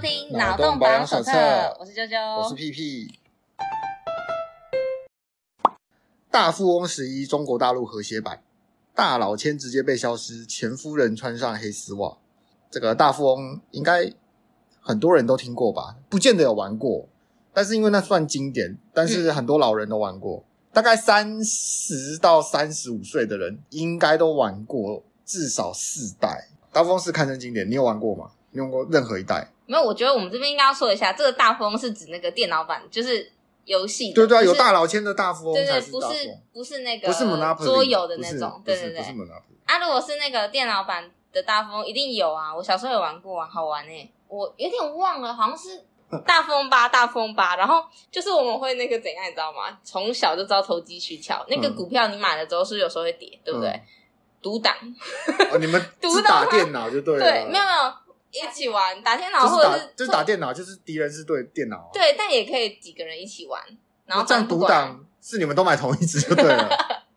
听《脑脑洞洞保保养养手手册册》，我是啾啾，我是屁屁。大富翁十一中国大陆和谐版，大老千直接被消失，前夫人穿上黑丝袜。这个大富翁应该很多人都听过吧？不见得有玩过，但是因为那算经典，但是嗯很多老人都玩过，大概三十到三十五岁的人应该都玩过至少四代。大富翁是堪称经典，你有玩过吗？你用过任何一代？没有，我觉得我们这边应该要说一下，这个大富翁是指那个电脑版，就是游戏的，对对啊，不是有大老千的大富翁对才对，是不大富翁。是不是那个不是 Monopoly 桌游的那种，不对是对不对。是不是 Monopoly，啊，如果是那个电脑版的大富翁，一定有啊，我小时候有玩过啊，好玩哎、我有点忘了，好像是大富翁吧，大富翁吧。然后就是我们会那个怎样，你知道吗？从小就知道投机取巧，那个嗯股票你买了之后是不是有时候会跌，对不对？独挡，哦，你们 读是到打它电脑就对了，对，没有没有一起玩打电脑，就或是者打是就是打电脑，就是敌人是对电脑啊，对，但也可以几个人一起玩，然后那这反样正独不管 挡是你们都买同一只就对了，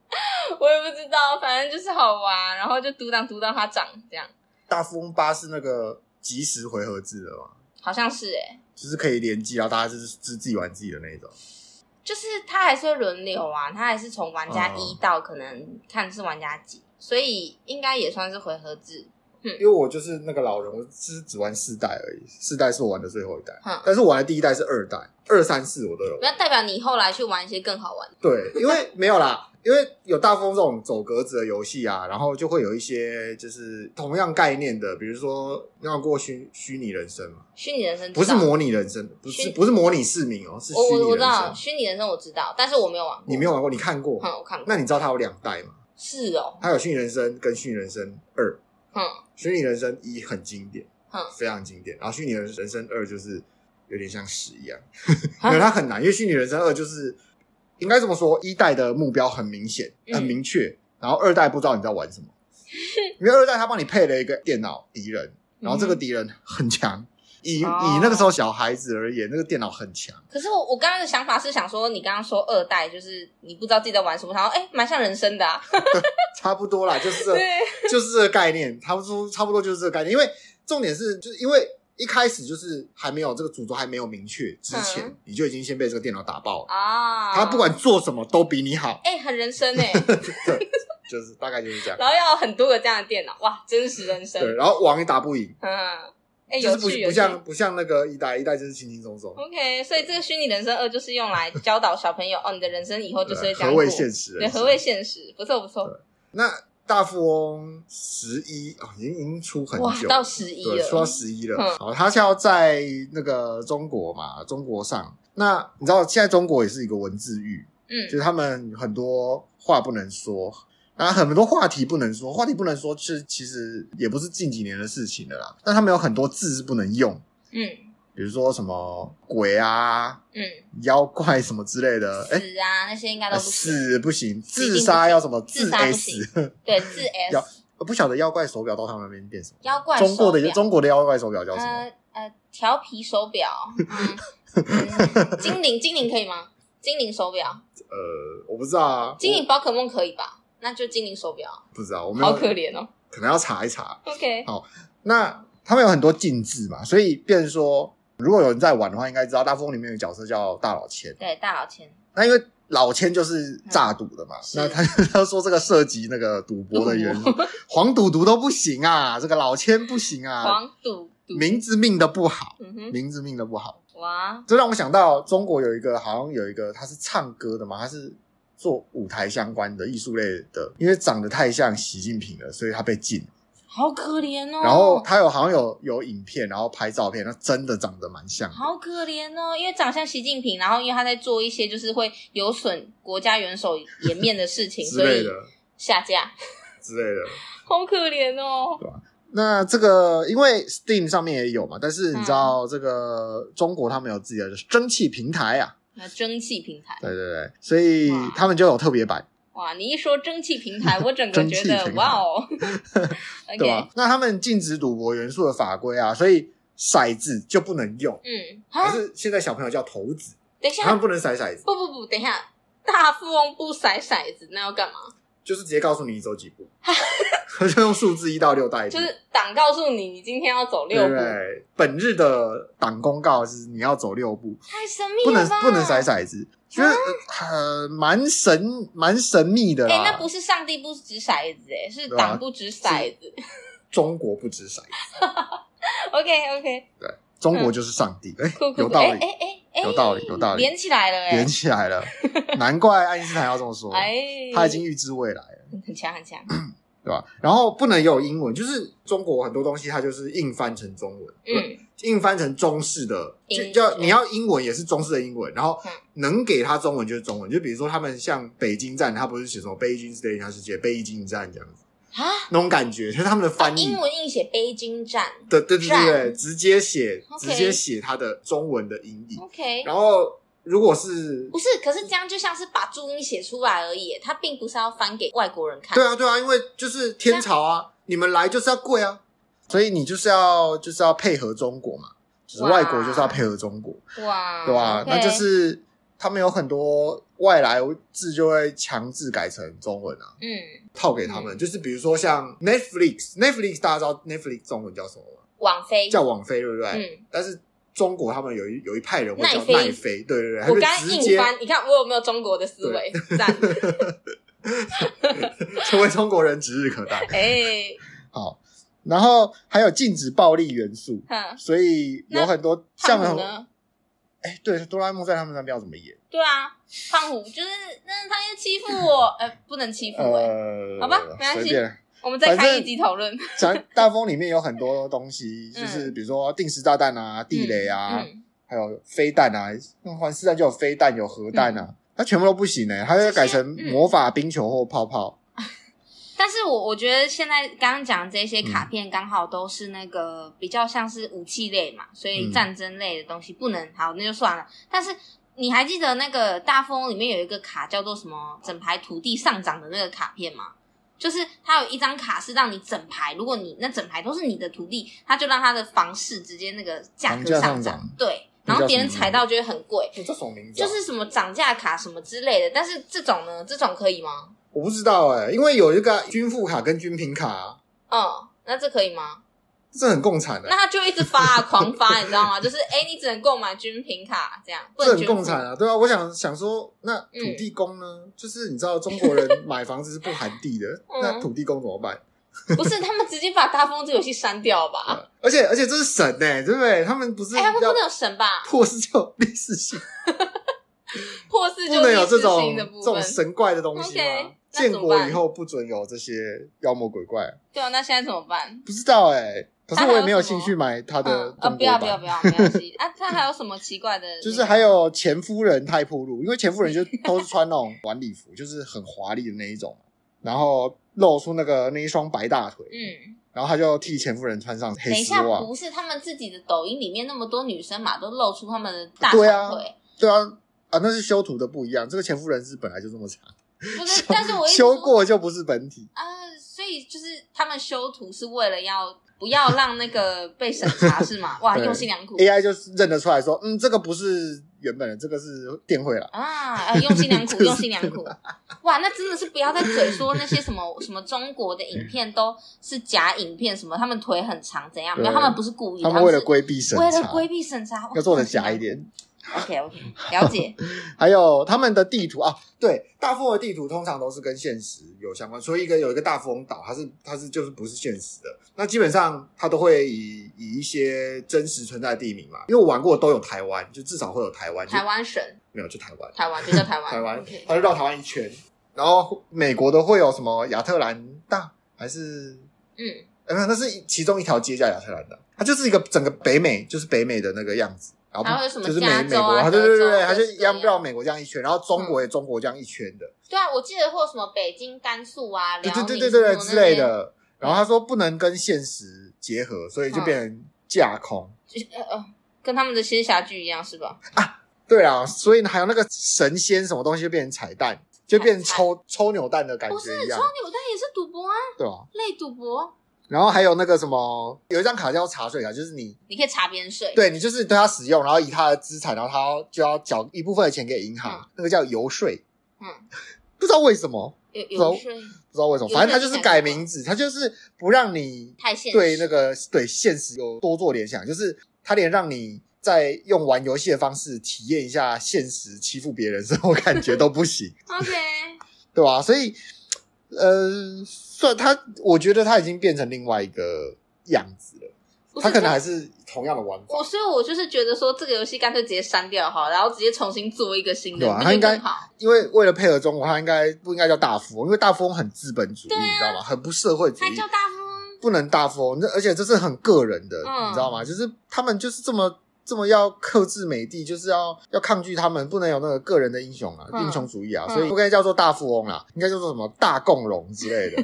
我也不知道，反正就是好玩，然后就独挡独挡它长这样，大富翁八是那个即时回合制的嘛，好像是哎、就是可以联机，然后大家就是自自己玩自己的那一种，就是它还是会轮流啊，它还是从玩家一嗯到可能看是玩家几，所以应该也算是回合制。因为我就是那个老人，我是只玩四代而已，四代是我玩的最后一代，哼，但是我玩的第一代是二代，二三四我都有玩。那代表你后来去玩一些更好玩的，对，因为没有啦，因为有大风这种走格子的游戏啊，然后就会有一些就是同样概念的，比如说你有玩过虚虚拟人生嘛，虚拟人生不知是道模拟人生，不是虚不是模拟市民哦，是虚我我拟我人知道生。虚拟人生我知道，但是我没有玩过，嗯你没有玩过，你看 过？哼，我看过，那你知道它有两代吗？是哦，它有虚拟人生跟虚拟人生二。哼，虚拟人生一很经典，嗯非常经典。然后虚拟人生二就是有点像屎一样，啊没有它很难，因为虚拟人生二就是应该这么说，一代的目标很明显、嗯很明确，然后二代不知道你在 玩什么，因为二代他帮你配了一个电脑敌人，然后这个敌人很强。以以嗯哦那个时候小孩子而言，那个电脑很强，可是我我刚刚的想法是想说，你刚刚说二代就是你不知道自己在玩什么，然后哎，蛮像人生的啊，差不多啦，就是这对， 就是这个概念，差不多差不多就是这个概念。因为重点是，就是因为一开始就是还没有这个主轴还没有明确之前，嗯你就已经先被这个电脑打爆了。啊，他不管做什么都比你好，哎、很人生哎、就是大概就是这样。然后要很多个这样的电脑，哇，真实人生，对，然后王也打不赢，嗯，哎、就有是不趣有不趣。像不像那个一代一代就是轻轻松松， OK，所以这个虚拟人生二就是用来教导小朋友哦，你的人生以后就是会对啊这样何过，谓现实？对，何谓？现实？不错不错，那大富翁十一啊，已经已经出很哇，久，到十一对，说到了，十一了嗯，好，他是要在那个中国嘛，中国上。那你知道现在中国也是一个文字狱，嗯，就是他们很多话不能说，然后很多话题不能说，话题不能说是其实也不是近几年的事情了啦。但他们有很多字是不能用，嗯比如说什么鬼啊、嗯，妖怪什么之类的，哎、死啊那些应该都不行，死不行，一定自不杀行要什么自自杀不 S，对，自 S 妖我不晓得妖怪手表到他们那边变什么。妖怪中国的手表中国的妖怪手表叫什么？呃呃调皮手 表，嗯嗯，精灵精灵可以吗？精灵手表，呃，我不知道啊，精我灵宝可梦可以吧？那就精灵手表，不知道，我没好有，可怜哦。可能要查一查。 OK，那他们有很多禁制嘛，所以变成说，如果有人在玩的话，应该知道大富翁里面有个角色叫大老千。对，大老千，那因为老千就是诈赌的嘛，嗯是那他他说这个涉及那个赌博的 原理，黄赌毒都不行啊，这个老千不行啊，黄赌毒，名字命的不好，嗯哼，名字命的不好。哇，这让我想到中国有一个好像有一个他是唱歌的嘛，他是做舞台相关的艺术类的，因为长得太像习近平了，所以他被禁。好可怜哦。然后他有好像有有影片，然后拍照片，那真的长得蛮像的。好可怜哦，因为长相习近平，然后因为他在做一些就是会有损国家元首颜面的事情， 之所类以的下架，之类的。好可怜哦。啊那这个因为 Steam 上面也有嘛，但是你知道这个中国他们有自己的蒸汽平台啊，那蒸汽平台，对对对，所以他们就有特别版，嗯哇，你一说蒸汽平台，我整个觉蒸汽得平台哇 哦。对吧 OK，？那他们禁止赌博元素的法规啊，所以骰子就不能用。嗯，可啊，是现在小朋友叫骰子，等一他下们，不能骰骰子，不不不，等一下，大富翁不甩骰子，那要干嘛？就是直接告诉你走几 步，就用数字一到六代替。就是党告诉你，你今天要走六对步不，对？本日的党公告是你要走六步，太神秘不能了吧？啊不能甩骰子，觉得呃蛮神蛮神秘的哎、啦。那不是上帝不掷骰子、哎，是对啊党不掷骰子。中国不掷骰子， OK OK，中国就是上帝，哎、酷酷有酷，道哎理，哎哎哎，有道理有道理连起来了、哎连，起 来了，难怪爱因斯坦要这么说，哎，他已经预知未来了，很强很强，对吧？然后不能有英文，就是中国很多东西它就是硬翻成中文，嗯，硬翻成中式的，就英要文你要英文也是中式的英文，然后嗯能给他中文就是中文，就比如说他们像北京站，他不是写什么北京 station，他是写北京站这样子，啊，哦那种感觉，就是他们的翻译。英文硬写北京站对对对对对，站直接写 OK 直接写它的中文的音译。 ，OK，然后如果是不是，可是这样就像是把注音写出来而已，他并不是要翻给外国人看。对啊对啊，因为就是天朝啊，你们来就是要跪啊，所以你就是要就是要配合中国嘛，就是哇外国就是要配合中国，哇，啊对啊吧啊 OK？那就是他们有很多外来字就会强制改成中文啊，嗯，套给他们。就是比如说像 Netflix，Netflix 大家知道 Netflix 中文叫什么吗？网飞叫网飞，对不对？嗯，但是中国他们有一有一派人会奈叫飞奈飞，对对对，他我们刚直硬接翻，你看我有没有中国的思维？赞， 成为中国人指日可待。 哎，好，然后还有禁止暴力元素，哼，所以有很多像胖很虎呢？哎，对，哆啦 A 梦在他们那边要怎么演？对啊，胖虎就是，那他又欺负我，呃，不能欺负哎。呃，好吧没关系随便。我们再反开正一集讨论。讲大风里面有很多东 西，就是比如说定时炸弹啊、地雷啊，嗯，还有飞弹啊，那环四弹就有飞弹、有核弹啊，它全部都不行呢，它就改成嗯这些嗯魔法冰球或泡泡。但是我我觉得现在刚刚讲这些卡嗯片刚好都是那个比较像是武器类嘛，所以嗯战争类的东西不能好那就算了。但是你还记得那个大富翁里面有一个卡叫做什么整排土地上涨的那个卡片吗？就是它有一张卡是让你整排，如果你那整排都是你的土地，它就让它的房市直接那个价房格价上上涨，涨对，那然叫后别人什么踩到就会很贵，这什么名字啊？就是什么涨价卡什么之类的。但是这种呢，这种可以吗？我不知道哎，因为有一个军富卡跟军品卡啊，嗯，那这可以吗？这很共产的那。他就一直发、啊，狂发，你知道吗？就是哎、诶你只能购买军品卡，这样不这能很捐共产啊，对啊，我想想说，那嗯土地公呢？就是你知道中国人买房子是不含地的， 嗯那土地公怎么办？付。不是他们直接把大风这游戏删掉吧？对啊而且而且这是神呢、欸对不对？他们不是啊哎、他们不要能有神吧？破四就历史性，破四不就能有是这自种信的这部种分。神怪的东西吗 OK，？那建怎么国办以后不准有这些妖魔鬼怪，对啊，那现在怎么办？不知道哎、可是那还我也有没有什么兴趣买他的嗯，中啊，国不要版不要不要，没关系啊。他还有什么奇怪的？就是还有前夫人太铺路，因为前夫 人就都是穿那种晚礼服，就是很华丽的那一种，然后露出那个那一双白大腿，嗯，然后他就替前夫人穿上黑等一丝下，袜。不是他们自己的抖音里面那么多女生嘛，都露出他们的大长对啊 腿，对啊，啊，那是修图的不一样，这个前夫人是本来就这么长，不是？但是我一直修说过就不是本体。啊，所以就是他们修图是为了要不要让那个被审查是 吗？哇，对用心良苦 AI 就是认得出来说，嗯，这个不是原本的，这个是电绘啦。啊啊，用心 良这苦，是用心良苦。哇，那真的是不要再嘴说那些什么什么中国的影片都是假影片，什么他们腿很长怎样？对没有，他们不是故意的，他他们为了是规避审为了查，规避审查，哇要做的 假一。点。 OK OK，了 解。还有他们的地图啊，对，大富翁的地图通常都是跟现实有相关，所以一个有一个大富翁岛，它是它是就是不是现实的，那基本上它都会以以一些真实存在的地名嘛，因为我玩过都有台湾，就至少会有台湾，就台湾省，没有就台湾，台湾就叫台湾， 台湾 OK，它就绕台湾一圈，然后美国的会有什么亚特兰大还是嗯，呃没有，那是一其中一条街叫亚特兰大，它就是一个整个北美，就是北美的那个样子。然还后有不什么就是美加美州啊国，它德对对对州对，它就就是这央样绕美国这样一圈，然后中嗯国也中国这样一圈的，对啊，我记得或有什么北京、甘肃啊，对辽对宁对对对什么对那嗯之类些的。然后他说不能跟现实结合，所以就变成架空。就是呃呃，跟他们的仙侠剧一样是吧？对啊，所以还有那个神仙什么东西就变成彩蛋，就变成彩抽抽扭蛋的感不觉是，一抽样，扭蛋也是赌博啊，对吧？类赌博，然后还有那个什么，有一张卡叫茶税卡，就是你你可以查别人税。对你就是对他使用，然后以他的资产，然后他就要缴一部分的钱给银行，嗯那个叫游说。嗯，不知道为什么，有走有税不知道为什么，有反正他这就个是改改革吗名字，他就是不让你嗯太现实，对那个对现实有多做联想，就是他连让你在用玩游戏的方式体验一下现实欺负别人这种感觉都 不行， OK，对吧？所以，呃，算他，我觉得他已经变成另外一个样子了。不是他可能这还是同样的玩法我，所以，我就是觉得说这个游戏干脆直接删掉好了，然后直接重新做一个新的，对啊那它就应该更好。因为为了配合中国，他应该不应该叫大富翁？因为大富翁很资本主义，对啊你知道吗？很不社会主它义叫。大富翁，不能大富翁，那而且这是很个人的，嗯你知道吗？就是他们就是这么这么要克制美帝，就是要要抗拒他们，不能有那个个人的英雄啊，嗯英雄主义啊，嗯所以不该叫做大富翁啦，啊应该叫做什么大共荣之类 的。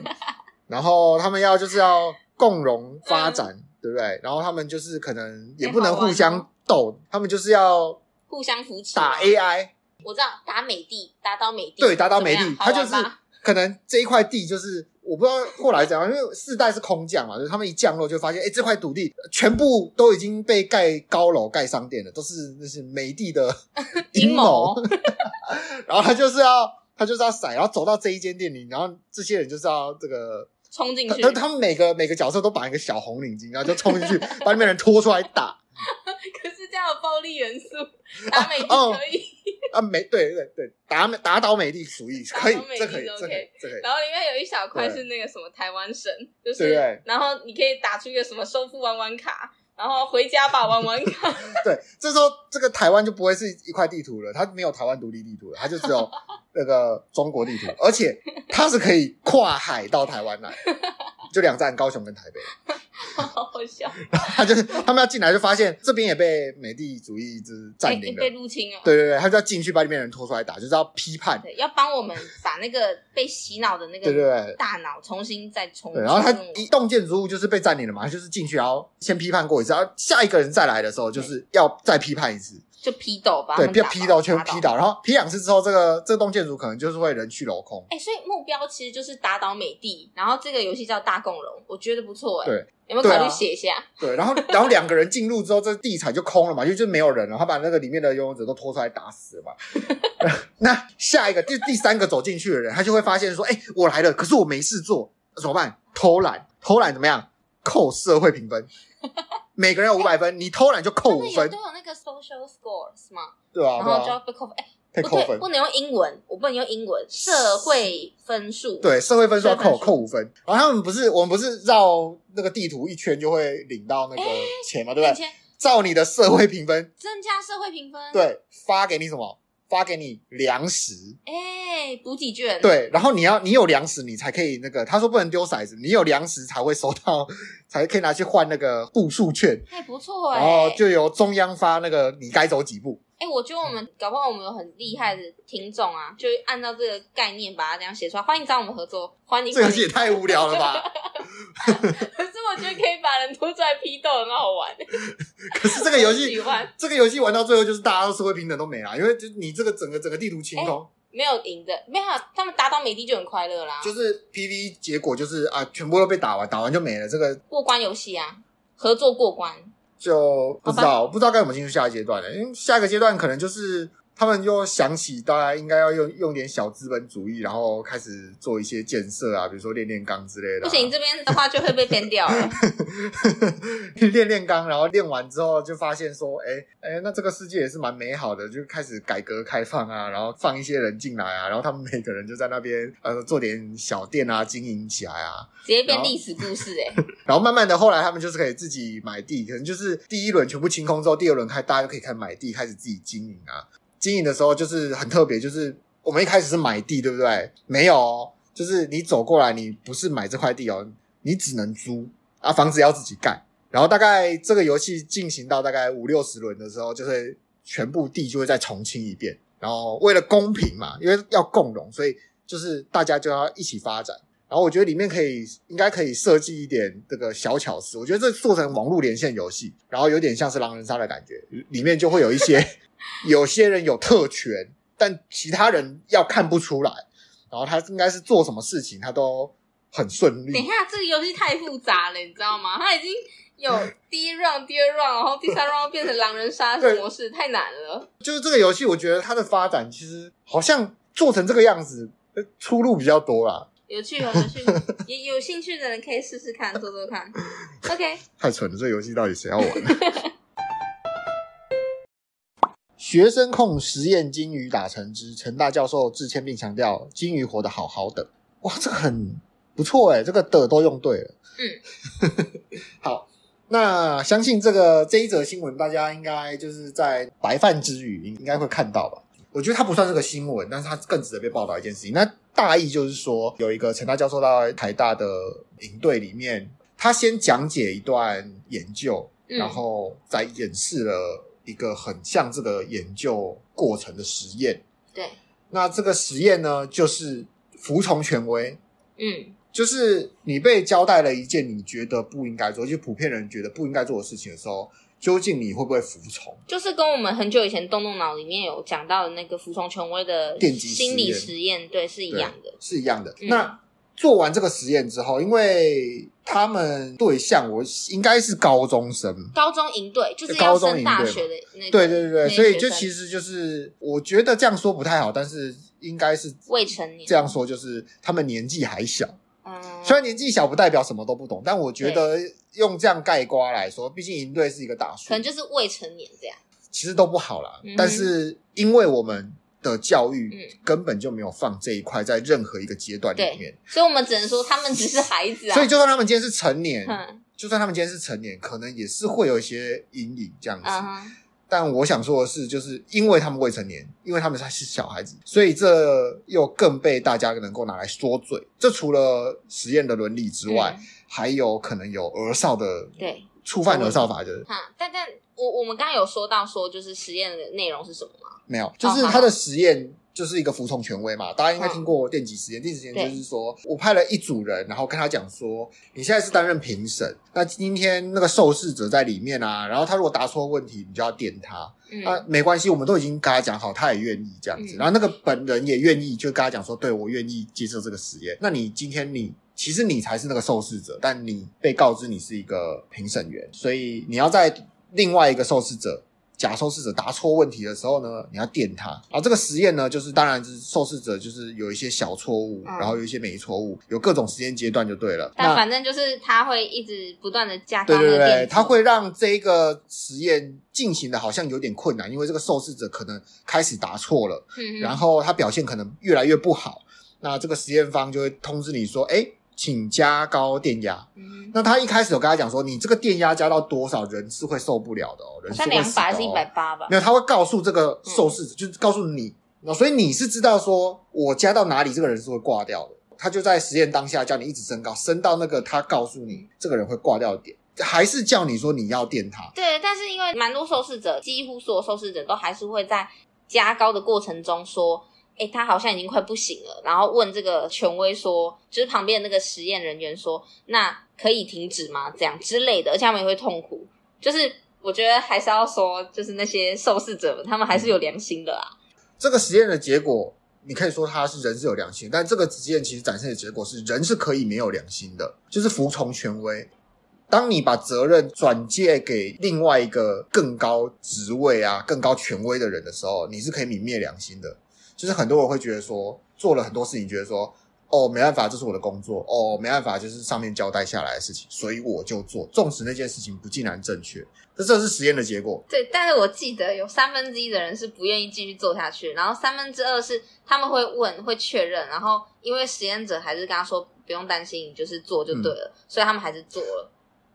然后他们要就是要共荣发展，对不对？然后他们就是可能也不嗯哎能好玩哦互相斗，他们就是要互相扶持。啊打 AI，我知道打美帝，打倒美帝，对，打倒美怎么帝样，他就是好玩吧可能这一块地就是我不知道后来怎样，因为世代是空降嘛，就是他们一降落就发现，哎、这块土地全部都已经被盖高楼、盖商店了，都是那些美帝 的阴 谋。然后他就是要他就是要甩，然后走到这一间店里，然后这些人就是要这个，冲进他去， 他他们每个每个角色都绑一个小红领巾，然后就冲进去把里面人拖出来打可是这样有暴力 元素，打美帝哦可 以，啊，美对对对，打美打倒美帝主义打倒可以美，帝这可以，都这可以 OK，这可以。然后里面有一小块对是那个什么台湾省，就对是不对然后你可以打出一个什么收复玩玩卡，然后回家吧玩玩卡， 对，这时候这个台湾就不会是一块地图了，它没有台湾独立地图了，它就只 有那个中国地图，而且它是可以跨海到台湾来，就两站高雄跟台北。好好笑，他就是他们要进来就发现这边也被美帝主义就是占被领了，哎被入侵了。对对对，他就要进去把里面人拖出来打，就是要批判，对，要帮我们把那个被洗脑的那对对嗯个对。大脑重新再重对，然后他重弄一栋建筑物就是被占领了嘛，他就是进去，然后先批判过一次，然后下一个人再来的时候，就是要再批判一次，就批斗吧，对，把他们被打批到全打批倒，然后批两次之后，这个这栋建筑可能就是会人去楼空。哎、所以目标其实就是打倒美帝，然后这个游戏叫大共荣，我觉得不错哎、对，有没有考对啊虑写一下？对，然后然后两个人进入之后，这地产就空了嘛，就就没有人了，他把那个里面的拥有者都拖出来打死了嘛。 那下一个第第三个走进去的人，他就会发现说，哎、我来了，可是我没事做，怎么办？偷懒，偷懒怎么样？扣社会评分， 每个人有五百分，你偷懒就扣他五们有分都，有那个 social scores 嘛，对吧、然对后就吧、要被扣分。哎、被不扣对，分，不能用英文，我不能用英文，社会分数。，对，社会分数要社扣会分数扣五分。然后他们不是我们不是绕那个地图一圈就会领到哎那个钱嘛，对并不对？且照你的社会评分，增加社会评分。，对，发给你什么？发给你粮食，哎、补给券。，对，然后你要你有粮食，你才可以那个。他说不能丢骰子，你有粮食才会收到， 才可以拿去换那个步数券。还不错哎、然后哦就由中央发那个你该走几步，哎、我觉得我们搞不好我们有很厉害的听众啊，就按照这个概念把它这样写出来。欢迎找我们合作，欢迎。这游戏也太无聊了吧？ 可是我觉得可以把人拖出来批斗，很好玩。可是这个游我戏喜欢。这个游戏玩到最后就是大家都社会平等都没啦，因为就你这个整个整个地图清空，没有赢的，没有啊，他们打倒美帝就很快乐啦，就是 PV 结果就是啊，全部都被打完，打完就没了，这个过关游戏啊，合作过关，就不知好道不知道该怎么进入下一阶段了，因为下一个阶段可能就是他们又想起大家应该要用用点小资本主义，然后开始做一些建设啊，比如说练练钢之类的、啊不行，，这边的话就会被编掉了。 练练钢，然后练完之后就发现说，哎哎，那这个世界也是蛮美好的，就开始改革开放啊，然后放一些人进来啊，然后他们每个人就在那边呃做点小店啊，经营起来啊，直接变历史故事哎、然后慢慢的，后来他们就是可以自己买地，可能就是第一轮全部清空之后，第二轮开大家就可以开始买地，开始自己经营啊。经营的时候就是很特别，就是我们一开始是买地，对不对？没有哦，就是你走过来，你不是买这块地哦，你只能租啊，房子要自己盖。然后大概这个游戏进行到大概五六十轮的时候，就是全部地就会再重清一遍。然后为了公平嘛，因为要共荣，所以就是大家就要一起发展。然后我觉得里面可以应该可以设计一点这个小巧思，我觉得这做成网络连线游戏，然后有点像是狼人杀的感觉，里面就会有一些有些人有特权，但其他人要看不出来，然后他应该是做什么事情他都很顺 等一利，下，这个游戏太复杂了，你知道吗？它已经有第一 round、第二 round，然后第三 round 变成狼人杀对模式，太难了。就是这个游戏，我觉得它的发展其实好像做成这个样子呃出路比较多啦，有趣有 有趣，有有兴趣的人可以试试看，做做看。OK，太蠢了，这游戏到底谁要玩？ 学生控实验金鱼打成汁，陈大教授致歉并强调，金鱼活得好好的。哇，这个很不错哎，这个的都用对了。嗯， 好，那相信这个这一则新闻，大家应该就是在白饭之余应该会看到吧。我觉得它不算是个新闻，但是它更值得被报道一件事情。那大意就是说，有一个陈大教授到台大的营队里面，他先讲解一段研究，嗯然后再演示了一个很像这个研究过程的实验。对，那这个实验呢，就是服从权威，嗯就是你被交代了一件你觉得不应该做，就普遍人觉得不应该做的事情的时候，究竟你会不会服从？就是跟我们很久以前动动脑里面有讲到的那个服从权威的电击实验心理实验，对，是一对样的。是一样的。嗯那做完这个实验之后，因为他们对象我应该是高中生，高中营队就是要高中升营大队学的那个，对对对那对，些所以就学生其实就是我觉得这样说不太好，但是应该是未成年这样说，就是他们年纪还小，嗯，虽然年纪小不代表什么都不懂，但我觉得用这样盖瓜来说，毕竟营队是一个大可数能，就是未成年这样。其实都不好啦。嗯但是因为我们的教育嗯根本就没有放这一块在任何一个阶段里面对。，所以我们只能说他们只是孩子啊。所以，就算他们今天是成年，嗯就算他们今天是成年，可能也是会有一些阴影这样子。嗯哼，但我想说的是，就是因为他们未成年，因为他们还是小孩子，所以这又更被大家能够拿来说嘴。这除了实验的伦理之外，嗯还有可能有儿少的对，触犯儿少法的哈，但但我我们刚刚有说到说就是实验的内容是什么吗？没有，就是他的实验。就是一个服从权威嘛，大家应该听过电极实验。电极实验对就是说我派了一组人，然后跟他讲说，你现在是担任评审，那今天那个受试者在里面啊，然后他如果答错问题，你就要点他。嗯，啊，没关系，我们都已经跟他讲好，他也愿意这样子。嗯然后那个本人也愿意，就跟他讲说，对我愿意接受这个实验。那你今天你其实你才是那个受试者，但你被告知你是一个评审员，所以你要在另外一个受试者。假受试者答错问题的时候呢，你要电他。啊，这个实验呢，就是当然是受试者就是有一些小错误，嗯然后有一些没错误，有各种实验阶段就对了。但那反正就是他会一直不断的加高对那对个电嗯对，阻它会让这一个实验进行的好像有点困难，因为这个受试者可能开始答错了，嗯然后后他表现可能越来越不好，那这个实验方就会通知你说，哎，请加高电压。嗯哼，那他一开始有跟他讲说，你这个电压加到多少人是会受不了的哦，人好是像会两死的、百还是哦一。百八吧没？有，他会告诉这个受试者，就是告诉你，那所以你是知道说我加到哪里，这个人是会挂掉的。他就在实验当下叫你一直升高，升到那个他告诉你这个人会挂掉的点，还是叫你说你要电他。对，但是因为蛮多受试者，几乎所有受试者都还是会在加高的过程中说。哎、他好像已经快不行了，然后问这个权威说，就是旁边的那个实验人员说，那可以停止吗？这样之类的，而且他们也会痛苦。就是我觉得还是要说，就是那些受试者们，他们还是有良心的啊啦。这个实验的结果，你可以说他是人是有良心，但这个实验其实展现的结果是人是可以没有良心的，就是服从权威。当你把责任转借给另外一个更高职位啊、更高权威的人的时候，你是可以泯灭良心的。就是很多人会觉得说，做了很多事情，觉得说，哦，没办法，这是我的工作，哦，没办法，就是上面交代下来的事情，所以我就做，纵使那件事情不尽然正确。这这是实验的结果，对，但是我记得有三分之一的人是不愿意继续做下去，然后三分之二是他们会问、会确认，然后因为实验者还是跟他说不用担心，你就是做就对了，嗯所以他们还是做了。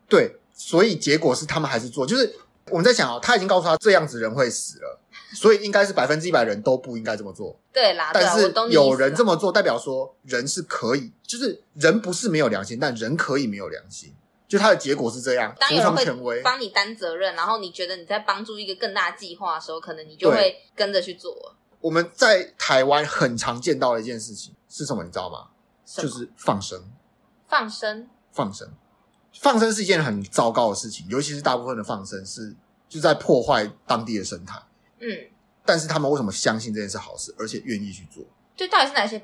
对，所以结果是他们还是做，就是我们在想哦，他已经告诉他这样子人会死了，所以应该是百分之一百人都不应该这么做。对啦，对但啊我是懂你有人这么么做，代表说人是可以，就是人不是没有良心，但人可以没有良心，就他的结果是这样，当服有人从权会威。帮你担责任，然后你觉得你在帮助一个更大的计划的时候，可能你就会跟着去做了。我们在台湾很常见到的一件事情是什么，你知道吗？什就么是放生，放生，放生，放生是一件很糟糕的事情，尤其是大部分的放生是就在破坏当地的生态。嗯，但是他们为什么相信这件事好事，而且愿意去做？对，到底是哪些？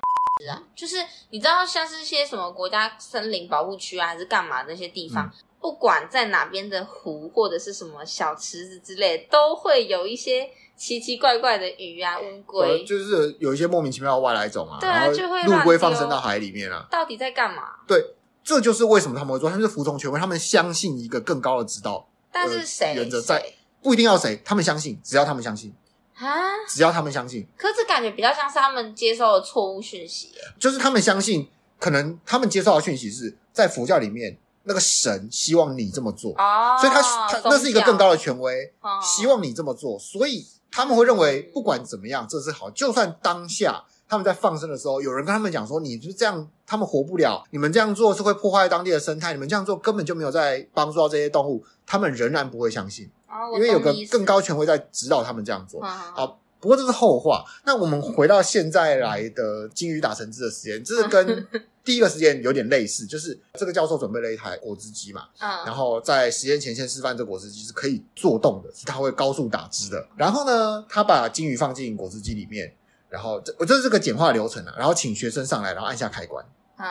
啊，就是你知道，像是一些什么国家森林保护区啊，还是干嘛的那些地方，嗯不管在哪边的湖或者是什么小池子之类，都会有一些奇奇怪怪的鱼啊、乌呃龟，就是有一些莫名其妙的外来种啊，对啊然后就会乱陆龟放丢生到海里面啊，到底在干嘛？对，这就是为什么他们会做，他们是服从权威，他们相信一个更高的指导，但是谁呃原则在谁不一定要谁，他们相信，只要他们相信，啊？只要他们相信，可是这感觉比较像是他们接受了错误讯息耶，就是他们相信，可能他们接受到的讯息是在佛教里面那个神希望你这么做，哦，所以他他那是一个更高的权威，的希望你这么做，所以他们会认为不管怎么样，这是好。就算当下他们在放生的时候，有人跟他们讲说，你就是这样，他们活不了，你们这样做是会破坏当地的生态，你们这样做根本就没有在帮助到这些动物，他们仍然不会相信，哦，因为有个更高权威在指导他们这样做。好，好，不过这是后话。那我们回到现在来的金鱼打成汁的实验，这是跟第一个实验有点类似，就是这个教授准备了一台果汁机嘛，嗯，然后在实验前先示范这果汁机是可以做动的，是它会高速打汁的。然后呢，他把金鱼放进果汁机里面，然后这我这是个简化流程啊，然后请学生上来，然后按下开关。嗯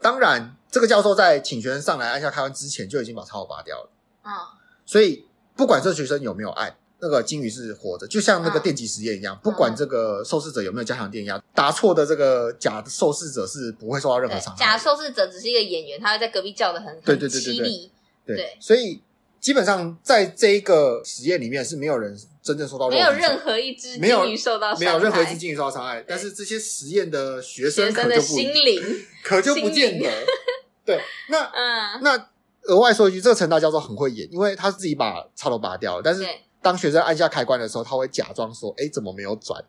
当然，这个教授在请学生上来按下开关之前就已经把插头拔掉了，嗯所以不管这学生有没有按，那个金鱼是活着，就像那个嗯电极实验一样，不管这个受试者有没有加强电压，答错的这个假受试者是不会受到任何对伤，害假的。受试者只是一个演员，他会在隔壁叫的很很对对对对凄对厉，对对，所以基本上在这一个实验里面是没有人真正受到肉没有体伤任何一只没有金鱼受到伤害，没有任何一只金鱼受到伤害，但是这些实验的学学生可生就的不心灵，可就不见心得。 对，那嗯，那额外说一句，这个陈大教授很会演，因为他自己把插头拔掉了，但是对，当学生按下开关的时候，他会假装说：“哎，怎么没有转？”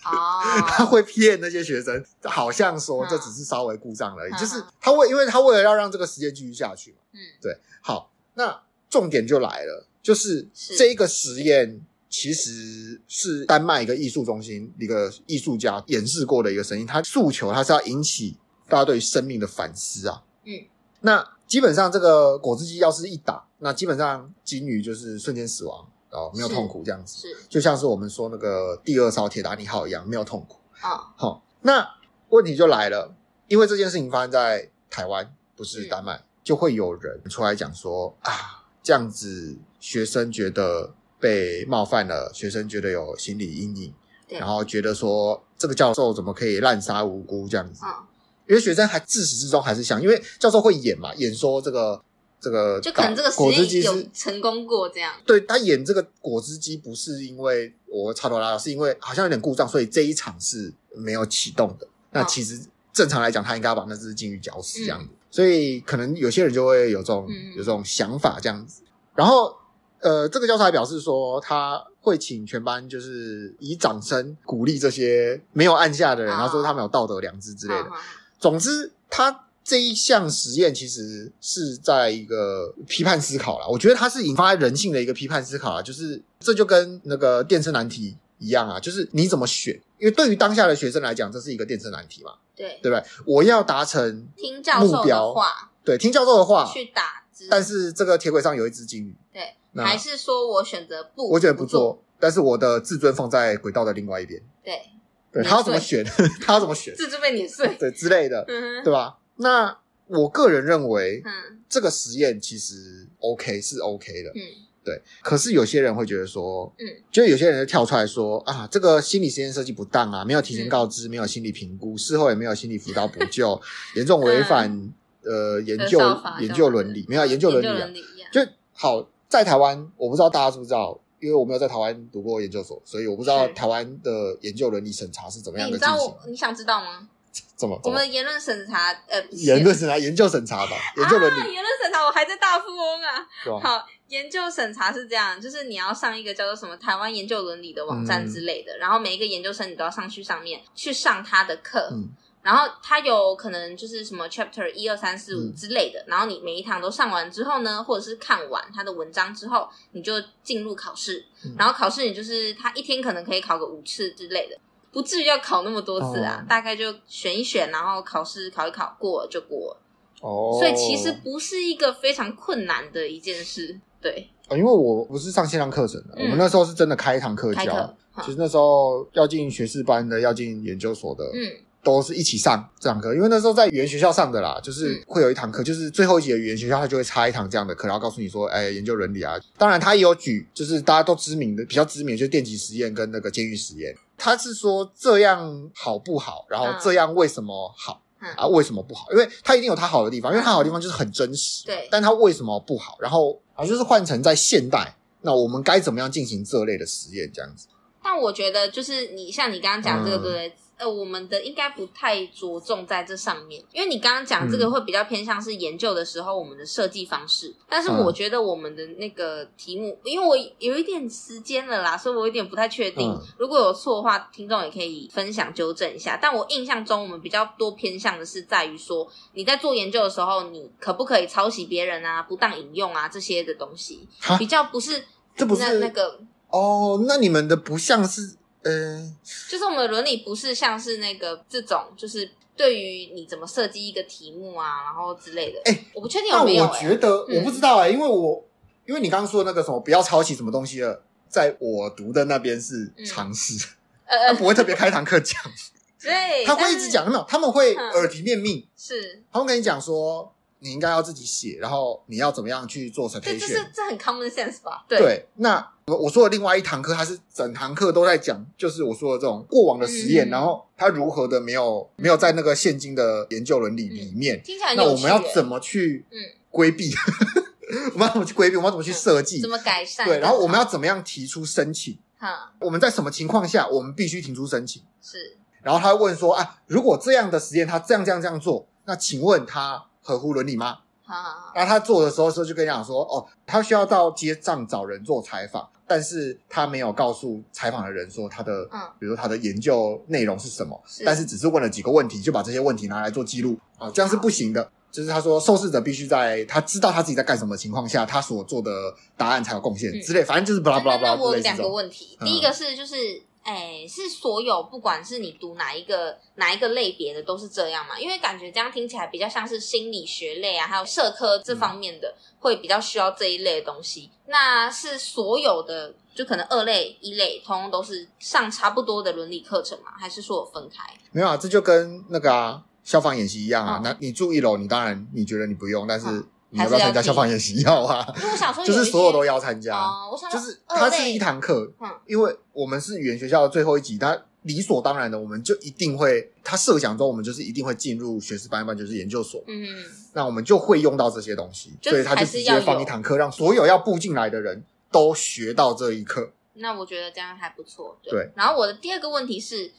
他哦， 会骗那些学生，好像说这嗯只是稍微故障而已。嗯就是嗯他为，因为他为了要让这个实验继续下去嘛。嗯对。好，那重点就来了，就是是这个实验其实是丹麦一个艺术中心一个艺术家演示过的一个声音，他诉求他是要引起大家对于生命的反思啊。嗯。那基本上这个果汁机要是一打，那基本上金鱼就是瞬间死亡，然后没有是痛苦这样子。是就像是我们说那个第二艘铁达尼号一样，没有痛苦。哦，好、那问题就来了，因为这件事情发生在台湾，不嗯是丹麦，就会有人出来讲说啊，这样子学生觉得被冒犯了，学生觉得有心理阴影，对然后觉得说这个教授怎么可以滥杀无辜这样子，嗯，因为学生还自始至终还是想，因为教授会演嘛，演说这个这个就可能这个实果汁机验是有成功过这样，对他演这个果汁机不是因为我插头拉了，是因为好像有点故障，所以这一场是没有启动的。那嗯其实正常来讲，他应该要把那只金鱼绞死这样子，所以可能有些人就会有这种、嗯嗯有这种想法这样子。然后呃，这个教授还表示说，他会请全班就是以掌声鼓励这些没有按下的人，哦然后说他们有道德良知之类的。嗯嗯总之，他这一项实验其实是在一个批判思考啦。我觉得它是引发人性的一个批判思考啊，就是这就跟那个电车难题一样啊，就是你怎么选？因为对于当下的学生来讲，这是一个电车难题嘛，对，对不对？我要达成听教授目标的话对听教授的话，去打字，但是这个铁轨上有一只金鱼，对，那还是说我选择不，我觉得不不，做，但是我的自尊放在轨道的另外一边，对，对没他要怎么错选？ 他要怎么选？自尊被碾碎，对之类的，嗯哼对吧？那我个人认为，嗯这个实验其实 OK 是 OK 的，嗯对。可是有些人会觉得说，嗯，就有些人就跳出来说啊，这个心理实验设计不当啊，没有提嗯前告知，没有心理评估，事后也没有心理辅导补救， 严重违反呃研究少嗯法研少究法伦理，没有研究研伦究理啊伦，理一样，就好在台湾，我不知道大家知不知道。因为我没有在台湾读过研究所，所以我不知道是台湾的研究伦理审查是怎么哎样你的知进道行我。你想知道吗？怎么？我怎们么的言论审查，呃，不是言论审查、研究审查吧，研究伦啊理言论审查，我还在大富翁啊。是吧？好，研究审查是这样，就是你要上一个叫做什么台湾研究伦理的网站之类嗯的，然后每一个研究生你都要上去上面去上他的课，嗯然后他有可能就是什么 chapter 一二三四五嗯之类的，然后你每一堂都上完之后呢，或者是看完他的文章之后，你就进入考试，嗯然后考试你就是他一天可能可以考个五次之类的。不至于要考那么多次啊，哦大概就选一选，然后考试考一考过了就过了哦，所以其实不是一个非常困难的一件事，对，呃，因为我不是上线上课程的，嗯我们那时候是真的开一堂课开教课。嗯其哈实那时候要进学士班的，要进研究所的，嗯，都是一起上这堂课，因为那时候在语言学校上的啦，就是会有一堂课，就是最后一节语言学校，他就会插一堂这样的课，然后告诉你说，哎，研究伦理啊。当然，他也有举，就是大家都知名的、比较知名的，就是电击实验跟那个监狱实验。他是说这样好不好，然后嗯这样为什么好、嗯啊？为什么不好？因为他一定有他好的地方，因为他好的地方就是很真实。对但他为什么不好？然后啊，就是换成在现代，那我们该怎么样进行这类的实验？这样子，但我觉得就是你像你刚刚嗯讲这个，对不对？呃，我们的应该不太着重在这上面，因为你刚刚讲这个嗯会比较偏向是研究的时候我们的设计方式。但是嗯我觉得我们的那个题目，因为我有一点时间了啦，所以我有点不太确定。嗯如果有错的话，听众也可以分享纠正一下。但我印象中，我们比较多偏向的是在于说，你在做研究的时候，你可不可以抄袭别人啊、不当引用啊这些的东西哈，比较不是这不是那那个哦，那你们的不像是，呃，就是我们的伦理不是像是那个这种，就是对于你怎么设计一个题目啊，然后之类的。哎我不确定那有没有、我哎觉得、嗯我不知道哎、因为我因为你刚刚说那个什么不要抄袭什么东西的，在我读的那边是嗯尝试，呃他呃，啊不会特别开堂课讲，对，他会但一是直讲没有，他们会嗯耳提面命，是，他们跟你讲说你应该要自己写，然后你要怎么样去做 citation。这这是这很 common sense 吧？对，对，那我我说的另外一堂课，它是整堂课都在讲，就是我说的这种过往的实验，嗯然后它如何的没有没有在那个现今的研究伦理嗯里面，听起来很那有我趣、们要哎怎么去嗯规避？ 我们要怎么去规避？我们要怎么去设计欸怎？么改善？对，然后我们要怎么样提出申请？哈、我们在什么情况下我们必须提出申请？是然后他会问说啊，如果这样的实验他这样这样这样做，那请问他合乎伦理吗？哈哈那他做的时候，时候就跟你讲说，哦，他需要到街上找人做采访，但是他没有告诉采访的人说他的，嗯比如说他的研究内容是什么，是但是只是问了几个问题，就把这些问题拿来做记录啊，这样是不行的。就是他说，受试者必须在他知道他自己在干什么的情况下，他所做的答案才有贡献嗯之类，反正就是巴拉那巴拉巴那拉我之有类两这个种。问题，嗯第一个是就是。哎，是所有不管是你读哪一个哪一个类别的都是这样嘛？因为感觉这样听起来比较像是心理学类啊，还有社科这方面的、会比较需要这一类的东西。那是所有的，就可能二类、一类，通通都是上差不多的伦理课程嘛？还是说有分开？没有啊，这就跟那个啊消防演习一样啊嗯。那你住一楼，你当然你觉得你不用，但是嗯你要不还要是要参加消防演习要 啊？因为我想说，就是所有都要要参加。哦，我想说就是二它类是一堂课，嗯因为我们是语言学校的最后一集，它理所当然的，我们就一定会，他设想中我们就是一定会进入学士班，一般就是研究所，嗯，那我们就会用到这些东西，就所以他就还是直要接有放一堂课，让所有要步进来的人都学到这一课。那我觉得这样还不错。对。对然后我的第二个问题是，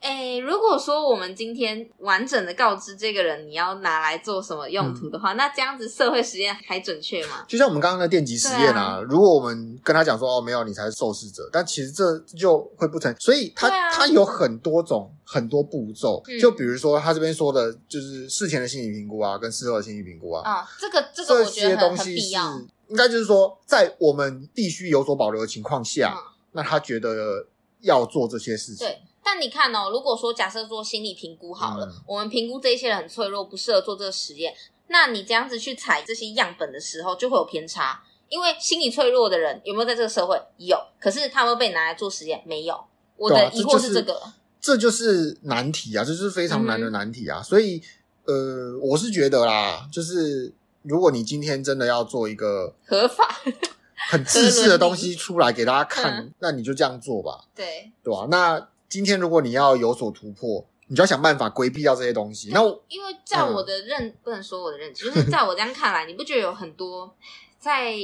诶，如果说我们今天完整的告知这个人你要拿来做什么用嗯途的话，那这样子社会实验还准确吗？就像我们刚刚的电极实验啊，如果我们跟他讲说哦没有，你才是受试者，但其实这就会不成。所以它对啊它有很多种很多步骤，嗯就比如说他这边说的就是事前的心理评估啊，跟事后的心理评估啊，啊、这个这个我这觉些得很东很西必是要。应该就是说，在我们必须有所保留的情况下，嗯那他觉得要做这些事情，对，但你看哦，如果说假设做心理评估好了，嗯我们评估这一些人很脆弱，不适合做这个实验，那你这样子去采这些样本的时候，就会有偏差。因为心理脆弱的人有没有在这个社会有？可是他们被拿来做实验没有？我对的啊疑惑这就是这个，这就是难题啊，这就是非常嗯难的难题啊。所以，呃，我是觉得啦，就是如果你今天真的要做一个合法很自私的东伦西出来给大家看，嗯那你就这样做吧，对。对吧、那今天如果你要有所突破，你就要想办法规避掉这些东西。那我嗯因为在我的认、不能说我的认知，就是在我这样看来，你不觉得有很多在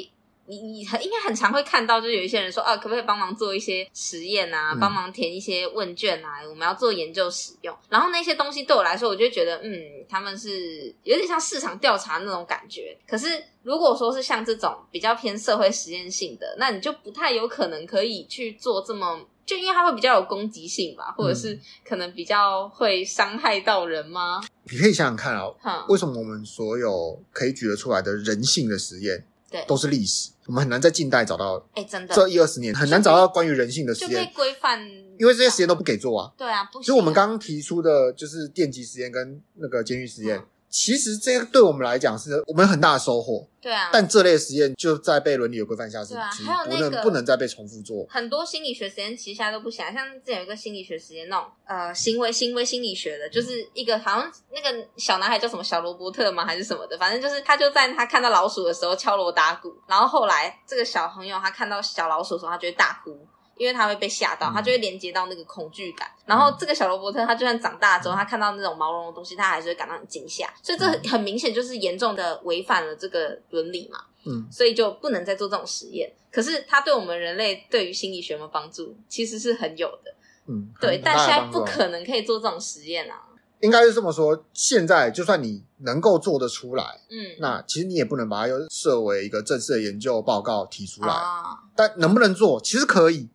你你很应该很常会看到，就是有一些人说啊，可不可以帮忙做一些实验啊，嗯帮忙填一些问卷啊，我们要做研究使用。然后那些东西对我来说，我就会觉得嗯，他们是有点像市场调查那种感觉。可是如果说是像这种比较偏社会实验性的，那你就不太有可能可以去做这么。就因为它会比较有攻击性吧，或者嗯是可能比较会伤害到人吗？你可以想想看啊，哈，为什么我们所有可以举得出来的人性的实验，对都是历史？我们很难在近代找到哎、真的这一二十年很难找到关于人性的就实被验，规范，因为这些实验都不给做啊。对啊，不行啊。所以我们刚刚提出的就是电击实验跟那个监狱实验嗯，其实这个对我们来讲是我们很大的收获，对啊，但这类实验就在被伦理有规范下是对啊其实还有不那能个不能再被重复做。很多心理学实验其实现在都不行啊，像之前有一个心理学实验那种呃行为行为心理学的，就是一个好像那个小男孩叫什么小罗伯特吗还是什么的，反正就是他就在他看到老鼠的时候敲锣打鼓，然后后来这个小朋友他看到小老鼠的时候，他就会大哭。因为他会被吓到，嗯他就会连接到那个恐惧感。然后这个小罗伯特，他就算长大之后，他看到那种毛茸茸的东西，他还是会感到很惊吓。所以这很明显就是严重的违反了这个伦理嘛。嗯，所以就不能再做这种实验。可是它对我们人类对于心理学有没有帮助，其实是很有的。嗯，对，很但大现的在帮助不啊可能可以做这种实验啊。应该是这么说。现在就算你能够做得出来，嗯，那其实你也不能把它又设为一个正式的研究报告提出来。啊，但能不能做，其实可以，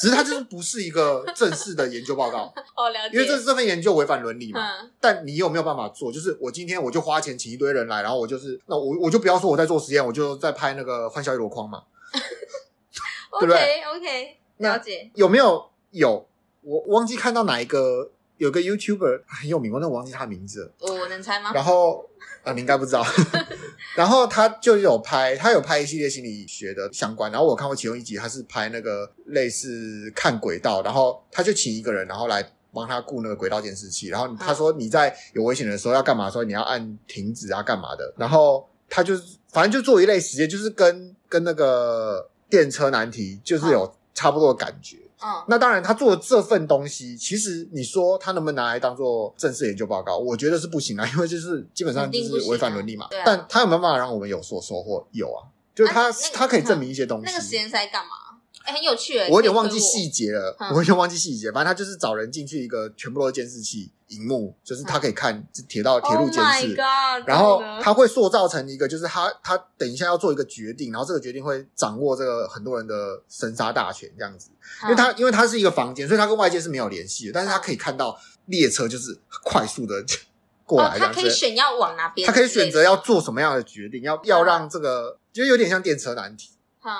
只是它就是不是一个正式的研究报告，哦，了解。因为这这份研究违反伦理嘛。嗯，但你有没有办法做？就是我今天我就花钱请一堆人来，然后我就是那我我就不要说我在做实验，我就在拍那个欢笑一箩筐嘛。对不 OK 对 OK，那了解。有没有？有，我忘记看到哪一个有个 YouTuber 很有名，我那我忘记他名字了。我能猜吗？然后啊、你应该不知道。 然后他就有拍，他有拍一系列心理学的相关。然后我看过其中一集，他是拍那个类似看轨道，然后他就请一个人，然后来帮他雇那个轨道监视器。然后他说你在有危险的时候要干嘛的时候，你要按停止啊，干嘛的。然后他就是反正就做一类实验，就是跟跟那个电车难题就是有差不多的感觉。嗯，那当然，他做的这份东西，其实你说他能不能拿来当做正式研究报告，我觉得是不行啊，因为就是基本上就肯定不是行啊违反伦理嘛。对啊但他有没有办法让我们有所收获？有啊，就是他、啊那个他可以证明一些东西。那个实验是在干嘛？哎，很有趣欸。我有点忘可记以推细节了，嗯我有点忘记细节。反正他就是找人进去一个全部都是监视器荧幕，就是他可以看铁道、铁路嗯监 Oh 视。 my god！嗯然后真的他会塑造成一个，就是他他等一下要做一个决定，然后这个决定会掌握这个很多人的生杀大权这样子。嗯因为它因为它是一个房间，所以它跟外界是没有联系的，但是它可以看到列车就是快速 的过哦，来这他样可子，以选要往哪边，它可以选择要。做什么样的决定，要要让这个就有点像电车难题。嗯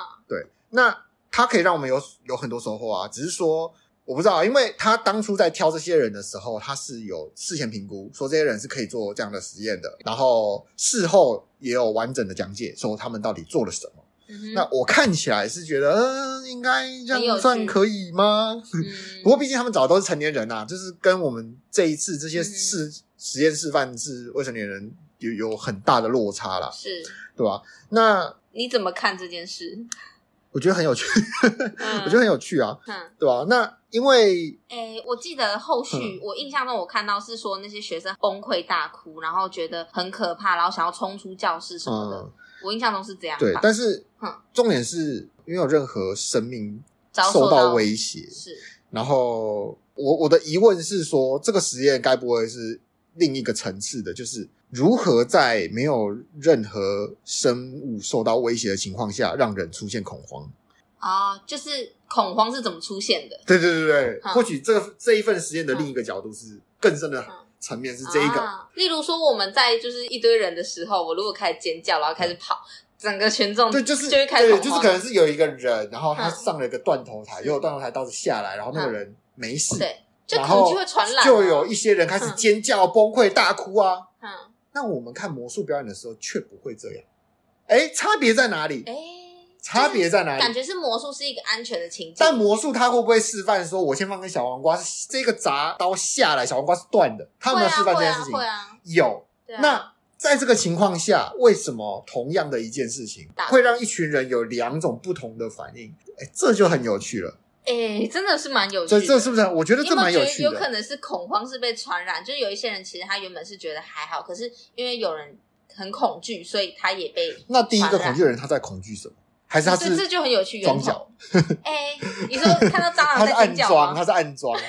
那它可以让我们有有很多收获啊，只是说我不知道，因为他当初在挑这些人的时候，他是有事前评估，说这些人是可以做这样的实验的，然后事后也有完整的讲解，说他们到底做了什么。嗯哼，那我看起来是觉得，嗯、应该这很有样趣算可以吗？嗯不过毕竟他们找的都是成年人呐、啊，就是跟我们这一次这些嗯试、实验示范是未成年人有有很大的落差啦，嗯是对吧、那你怎么看这件事？我觉得很有趣，嗯我觉得很有趣啊，嗯。对吧、那因为诶、我记得后嗯续、我印象中我看到是说那些学生崩溃大哭，然后觉得很可怕，然后想要冲出教室什么的。嗯，我印象中是这样吧，对，但是嗯重点是没有任何生命遭受到威胁，是然后我我的疑问是说，这个实验该不会是另一个层次的，就是如何在没有任何生物受到威胁的情况下，让人出现恐慌？啊、就是恐慌是怎么出现的？对对对对，嗯或许这个这一份实验的另一个角度是更深的层面是这一个，嗯啊，例如说我们在就是一堆人的时候，我如果开始尖叫，然后开始跑，整个群众对，就是就会开始对，恐慌，就是可能是有一个人，然后他嗯上了一个断头台，结果断头台刀子下来，然后那个人没事，对，就然可能后就会传染、啊就有一些人开始嗯尖叫、崩溃、大哭啊，嗯，那我们看魔术表演的时候却不会这样。哎，差别在哪里？诶、差别在哪感里？觉是魔术是一个安全的情境，但魔术它会不会示范说，我先放根小黄瓜，是这个砸刀下来，小黄瓜是断的，他有会没有啊示范这会件啊事情？会啊，有。对啊那在这个情况下，为什么同样的一件事情打会让一群人有两种不同的反应？哎，这就很有趣了。诶、真的是蛮有趣这的。这是不是？我觉得你有这没蛮有觉趣得有可的。能是恐慌是被传染，就是有一些人其实他原本是觉得还好，可是因为有人很恐惧，所以他也被那第一个传染恐惧的人他在恐惧什么？还 是他这这是就很有趣。装源脚头，哎、你说看到蟑 他螂是在暗尖叫装，吗他？是暗装，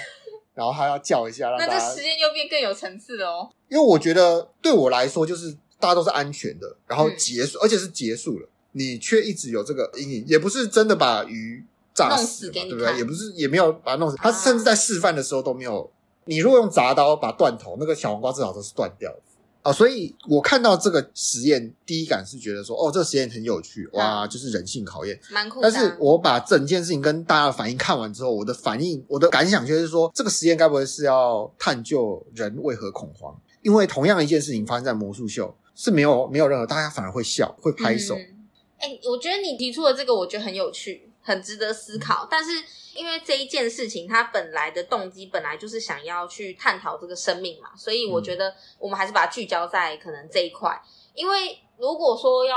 然后他要叫一下，让 那大这家实验又变更有层次了哦。因为我觉得对我来说，就是大家都是安全的，然后嗯结束，而且是结束了，你却一直有这个阴影，也不是真的把鱼炸弄死死嘛，给你对不对？看也不是也没有把它弄死，他啊甚至在示范的时候都没有。你如果用铡刀把断头，那个小黄瓜至少都是断掉的啊、所以我看到这个实验，第一感是觉得说，哦，这个实验很有趣，嗯哇，就是人性考验。蛮酷的啊。但是我把整件事情跟大家的反应看完之后，我的反应，我的感想却是说，这个实验该不会是要探究人为何恐慌？因为同样一件事情发生在魔术秀是没有没有任何， 大家反而会笑，会拍手。嗯哎、我觉得你提出的这个，我觉得很有趣，很值得思嗯考。但是因为这一件事情，它本来的动机本来就是想要去探讨这个生命嘛，所以我嗯觉得我们还是把它聚焦在可能这一块。因为如果说要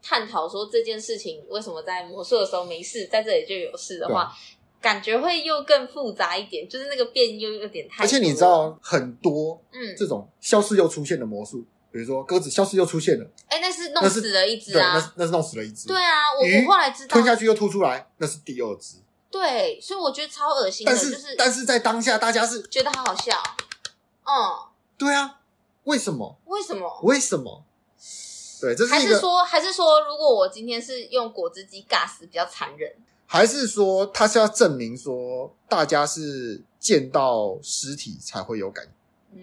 探讨说这件事情为什么在魔术的时候没事，在这里就有事的话，感觉会又更复杂一点，就是那个变又有点太。而且你知，道，很多嗯，这种消失又出现的魔术，比如说鸽子消失又出现了，哎、那是弄那是死了一只对，那是啊，那是弄死了一只，对啊，我鱼我后来知道吞，下去又吐出来，那是第二只。对，所以我觉得超恶心的，但、就是是但是在当下，大家是觉得好好笑。嗯，对啊，为什么？为什么？为什么？对，这还是一是个，说，还是说，如果我今天是用果汁机尬死，比较残忍？还是说他是要证明说大家是见到尸体才会有感觉？嗯，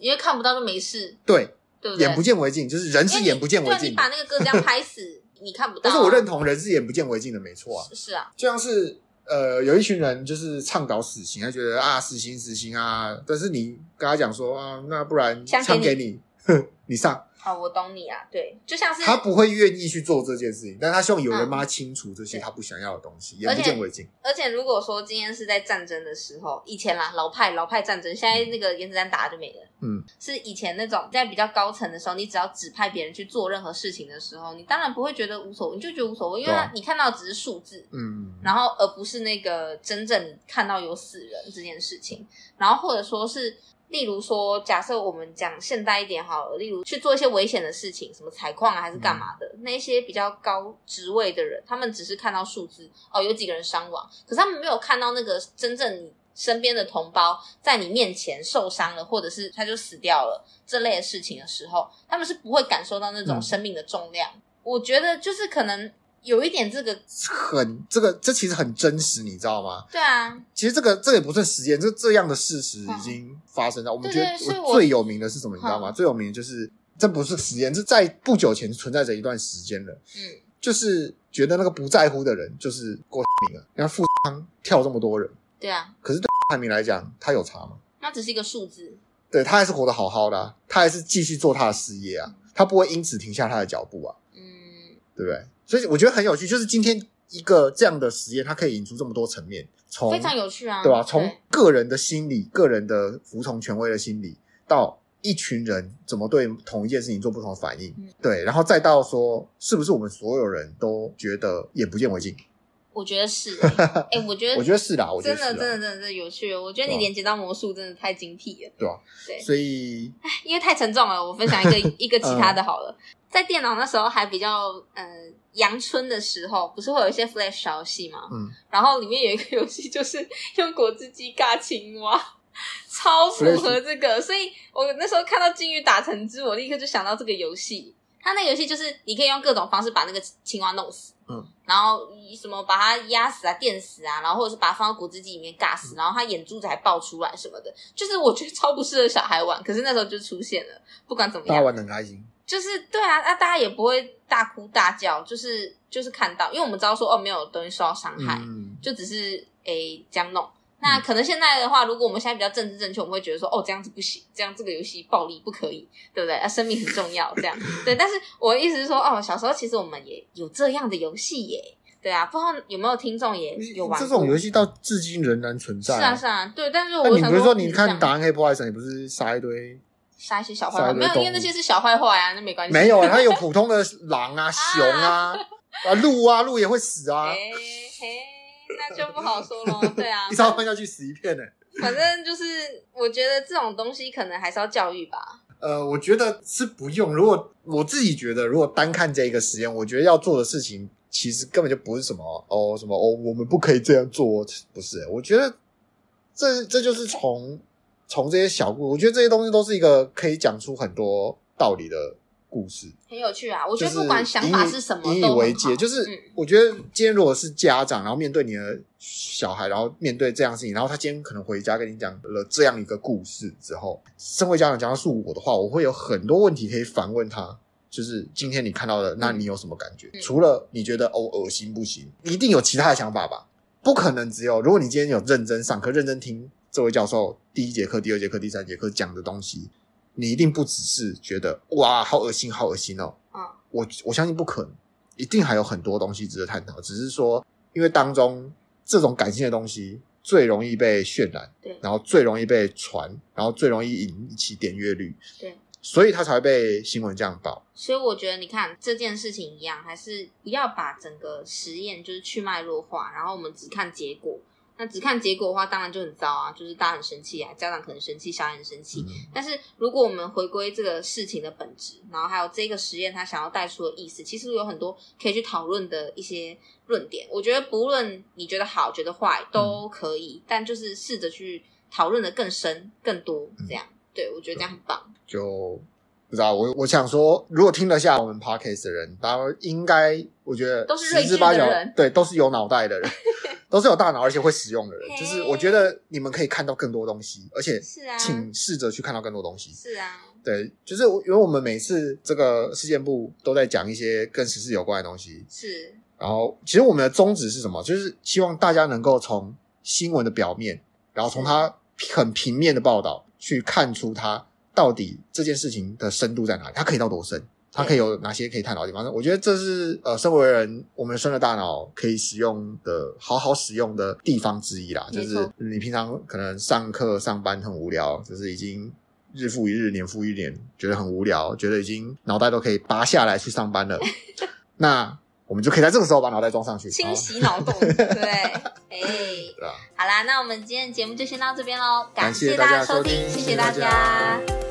因为看不到就没事，对，对不对？眼不见为净，就是人因为是你眼不见为对净你 的把。那个歌这样拍死，你看不到。啊但是我认同人是眼不见为净的，没错啊。是是啊，就像是呃，有一群人就是倡导死刑，他觉得啊死刑死刑啊，但是你跟他讲说啊，那不然枪给枪你给你， 哼，你上，好，我懂你啊，对，就像是他不会愿意去做这件事情，但他希望有人帮他清除这些嗯他不想要的东西，而且眼不见为净。而且如果说今天是在战争的时候，以前啦，老派老派战争，现在那个原子弹打了就没了。嗯，是以前那种在比较高层的时候，你只要指派别人去做任何事情的时候，你当然不会觉得无所谓，你就觉得无所谓，因为对它啊你看到的只是数字，嗯，然后而不是那个真正看到有死人这件事情。然后或者说是，例如说，假设我们讲现代一点好了，例如去做一些危险的事情，什么采矿啊还是干嘛的，那些比较高职位的人，他们只是看到数字，哦，有几个人伤亡，可是他们没有看到那个真正你。身边的同胞在你面前受伤了，或者是他就死掉了这类的事情的时候，他们是不会感受到那种嗯生命的重量。我觉得就是可能有一点这个，很这个这其实很真实，你知道吗？对啊，其实这个这也不算实验，这这样的事实已经发生了。我们觉嗯对对所以得我最有名的是什么？你知道吗？嗯最有名的就是这不是实验，这在不久前存在着一段时间了。嗯，就是觉得那个不在乎的人就是郭台铭了，然后富士康跳这么多人，对啊，郭台铭来讲他有差吗？那只是一个数字。对他还是活得好好的啊、他还是继续做他的事业啊，他不会因此停下他的脚步啊，嗯，对不对？所以我觉得很有趣，就是今天一个这样的实验，它可以引出这么多层面，从非常有趣啊，对吧？从个人的心理、个人的服从权威的心理，到一群人怎么对同一件事情做不同的反应，嗯对，然后再到说是不是我们所有人都觉得眼不见为净？我觉得 是、欸，哎、我觉得，我觉得是啊啦，我觉得真的，是真啦的，真的，真的有趣哦。我觉得对你啊连接到魔术真的太精辟了，对啊对，所以因为太沉重了，我分享一个一个其他的好了。在电脑那时候还比较呃阳春的时候，不是会有一些 Flash 游戏吗？嗯然后里面有一个游戏就是用果汁机尬青蛙，超符合这个。所以我那时候看到金鱼打橙汁，我立刻就想到这个游戏。它那个游戏就是你可以用各种方式把那个青蛙弄死，嗯，然后以什么把它压死啊、电死啊，然后或者是把它放到果汁机里面尬死，然后它眼珠子还爆出来什么的，就是我觉得超不适合小孩玩。可是那时候就出现了，不管怎么大家样，玩的很开心，就是对啊，那、大家也不会大哭大叫，就是就是看到，因为我们知道说哦，没有东西受到伤害，嗯，就只是诶这样弄。那可能现在的话，如果我们现在比较政治正确，我们会觉得说，哦，这样子不行，这样这个游戏暴力不可以，对不对？啊，生命很重要，这样对。但是我的意思是说，哦，小时候其实我们也有这样的游戏耶，对啊，不知道有没有听众也有玩这过种游戏到至今仍然存是在、啊是啊，对。但是那我你想比如说，说，你这看《样打暗黑破坏神》，你不是杀一堆？杀一些小坏杀坏，一堆没有，因为动物那些是小坏坏啊，那没关系。没 有啊，它有普通的狼啊、熊啊、啊鹿啊，鹿也会死啊哎，嘿，那就不好说喽。对 啊，一刀换下去死一片呢、反正就是我觉得这种东西可能还是要教育吧。呃，我觉得是不用。如果我自己觉得，如果单看这一个实验，我觉得要做的事情其实根本就不是什么哦什么哦，我们不可以这样做哦，不是。我觉得这这就是从从这些小故，我觉得这些东西都是一个可以讲出很多道理的故事。很有趣啊！我我觉得不管想法是什么都引很以好，为戒。就是嗯我觉得今天如果是家长，然后面对你的小孩，然后面对这样的事情，然后他今天可能回家跟你讲了这样一个故事之后，身为家长，假如是我的话，我会有很多问题可以反问他。就是今天你看到的，那你有什么感觉？嗯除了你觉得哦恶心不行，一定有其他的想法吧？不可能只有如果你今天有认真上课、认真听这位教授第一节课、第二节课、第三节课讲的东西，你一定不只是觉得哇，好恶心，好恶心哦。嗯，我我相信不可能，一定还有很多东西值得探讨。只是说，因为当中这种感性的东西最容易被渲染，对然后最容易被传，然后最容易引起点阅率，对，所以它才会被新闻这样报。所以我觉得，你看这件事情一样，还是不要把整个实验就是去脉络化，然后我们只看结果。那只看结果的话，当然就很糟啊，就是大家很生气啊，家长可能生气，小孩很生气，嗯但是如果我们回归这个事情的本质，然后还有这个实验它想要带出的意思，其实有很多可以去讨论的一些论点。我觉得不论你觉得好觉得坏都可嗯以，但就是试着去讨论的更深更多，这嗯样。对，我觉得这样很棒。就不知道我我想说，如果听得下我们 podcast 的人，大家应该我觉得都是睿十智之八九的人对，都是有脑袋的 人，都是有大脑而且会使用的人。嘿就是我觉得你们可以看到更多东西，而且是啊，请试着去看到更多东西。是啊，对，就是我因为我们每次这个事件部都在讲一些跟时事有关的东西，是然后其实我们的宗旨是什么？就是希望大家能够从新闻的表面，然后从它很平面的报道去看出它到底这件事情的深度在哪里，它可以到多深，它可以有哪些可以探讨的地方。我觉得这是呃，身为人，我们生的大脑可以使用的好好使用的地方之一啦。就没错是你平常可能上课上班很无聊，就是已经。日复一日，年复一年，觉得很无聊，觉得已经脑袋都可以拔下来去上班了。那我们就可以在这个时候把脑袋装上去，清洗脑 洞，对，哎、对啊。好啦，那我们今天的节目就先到这边喽，感感谢谢大大家家收收听听，谢谢谢谢大大家家。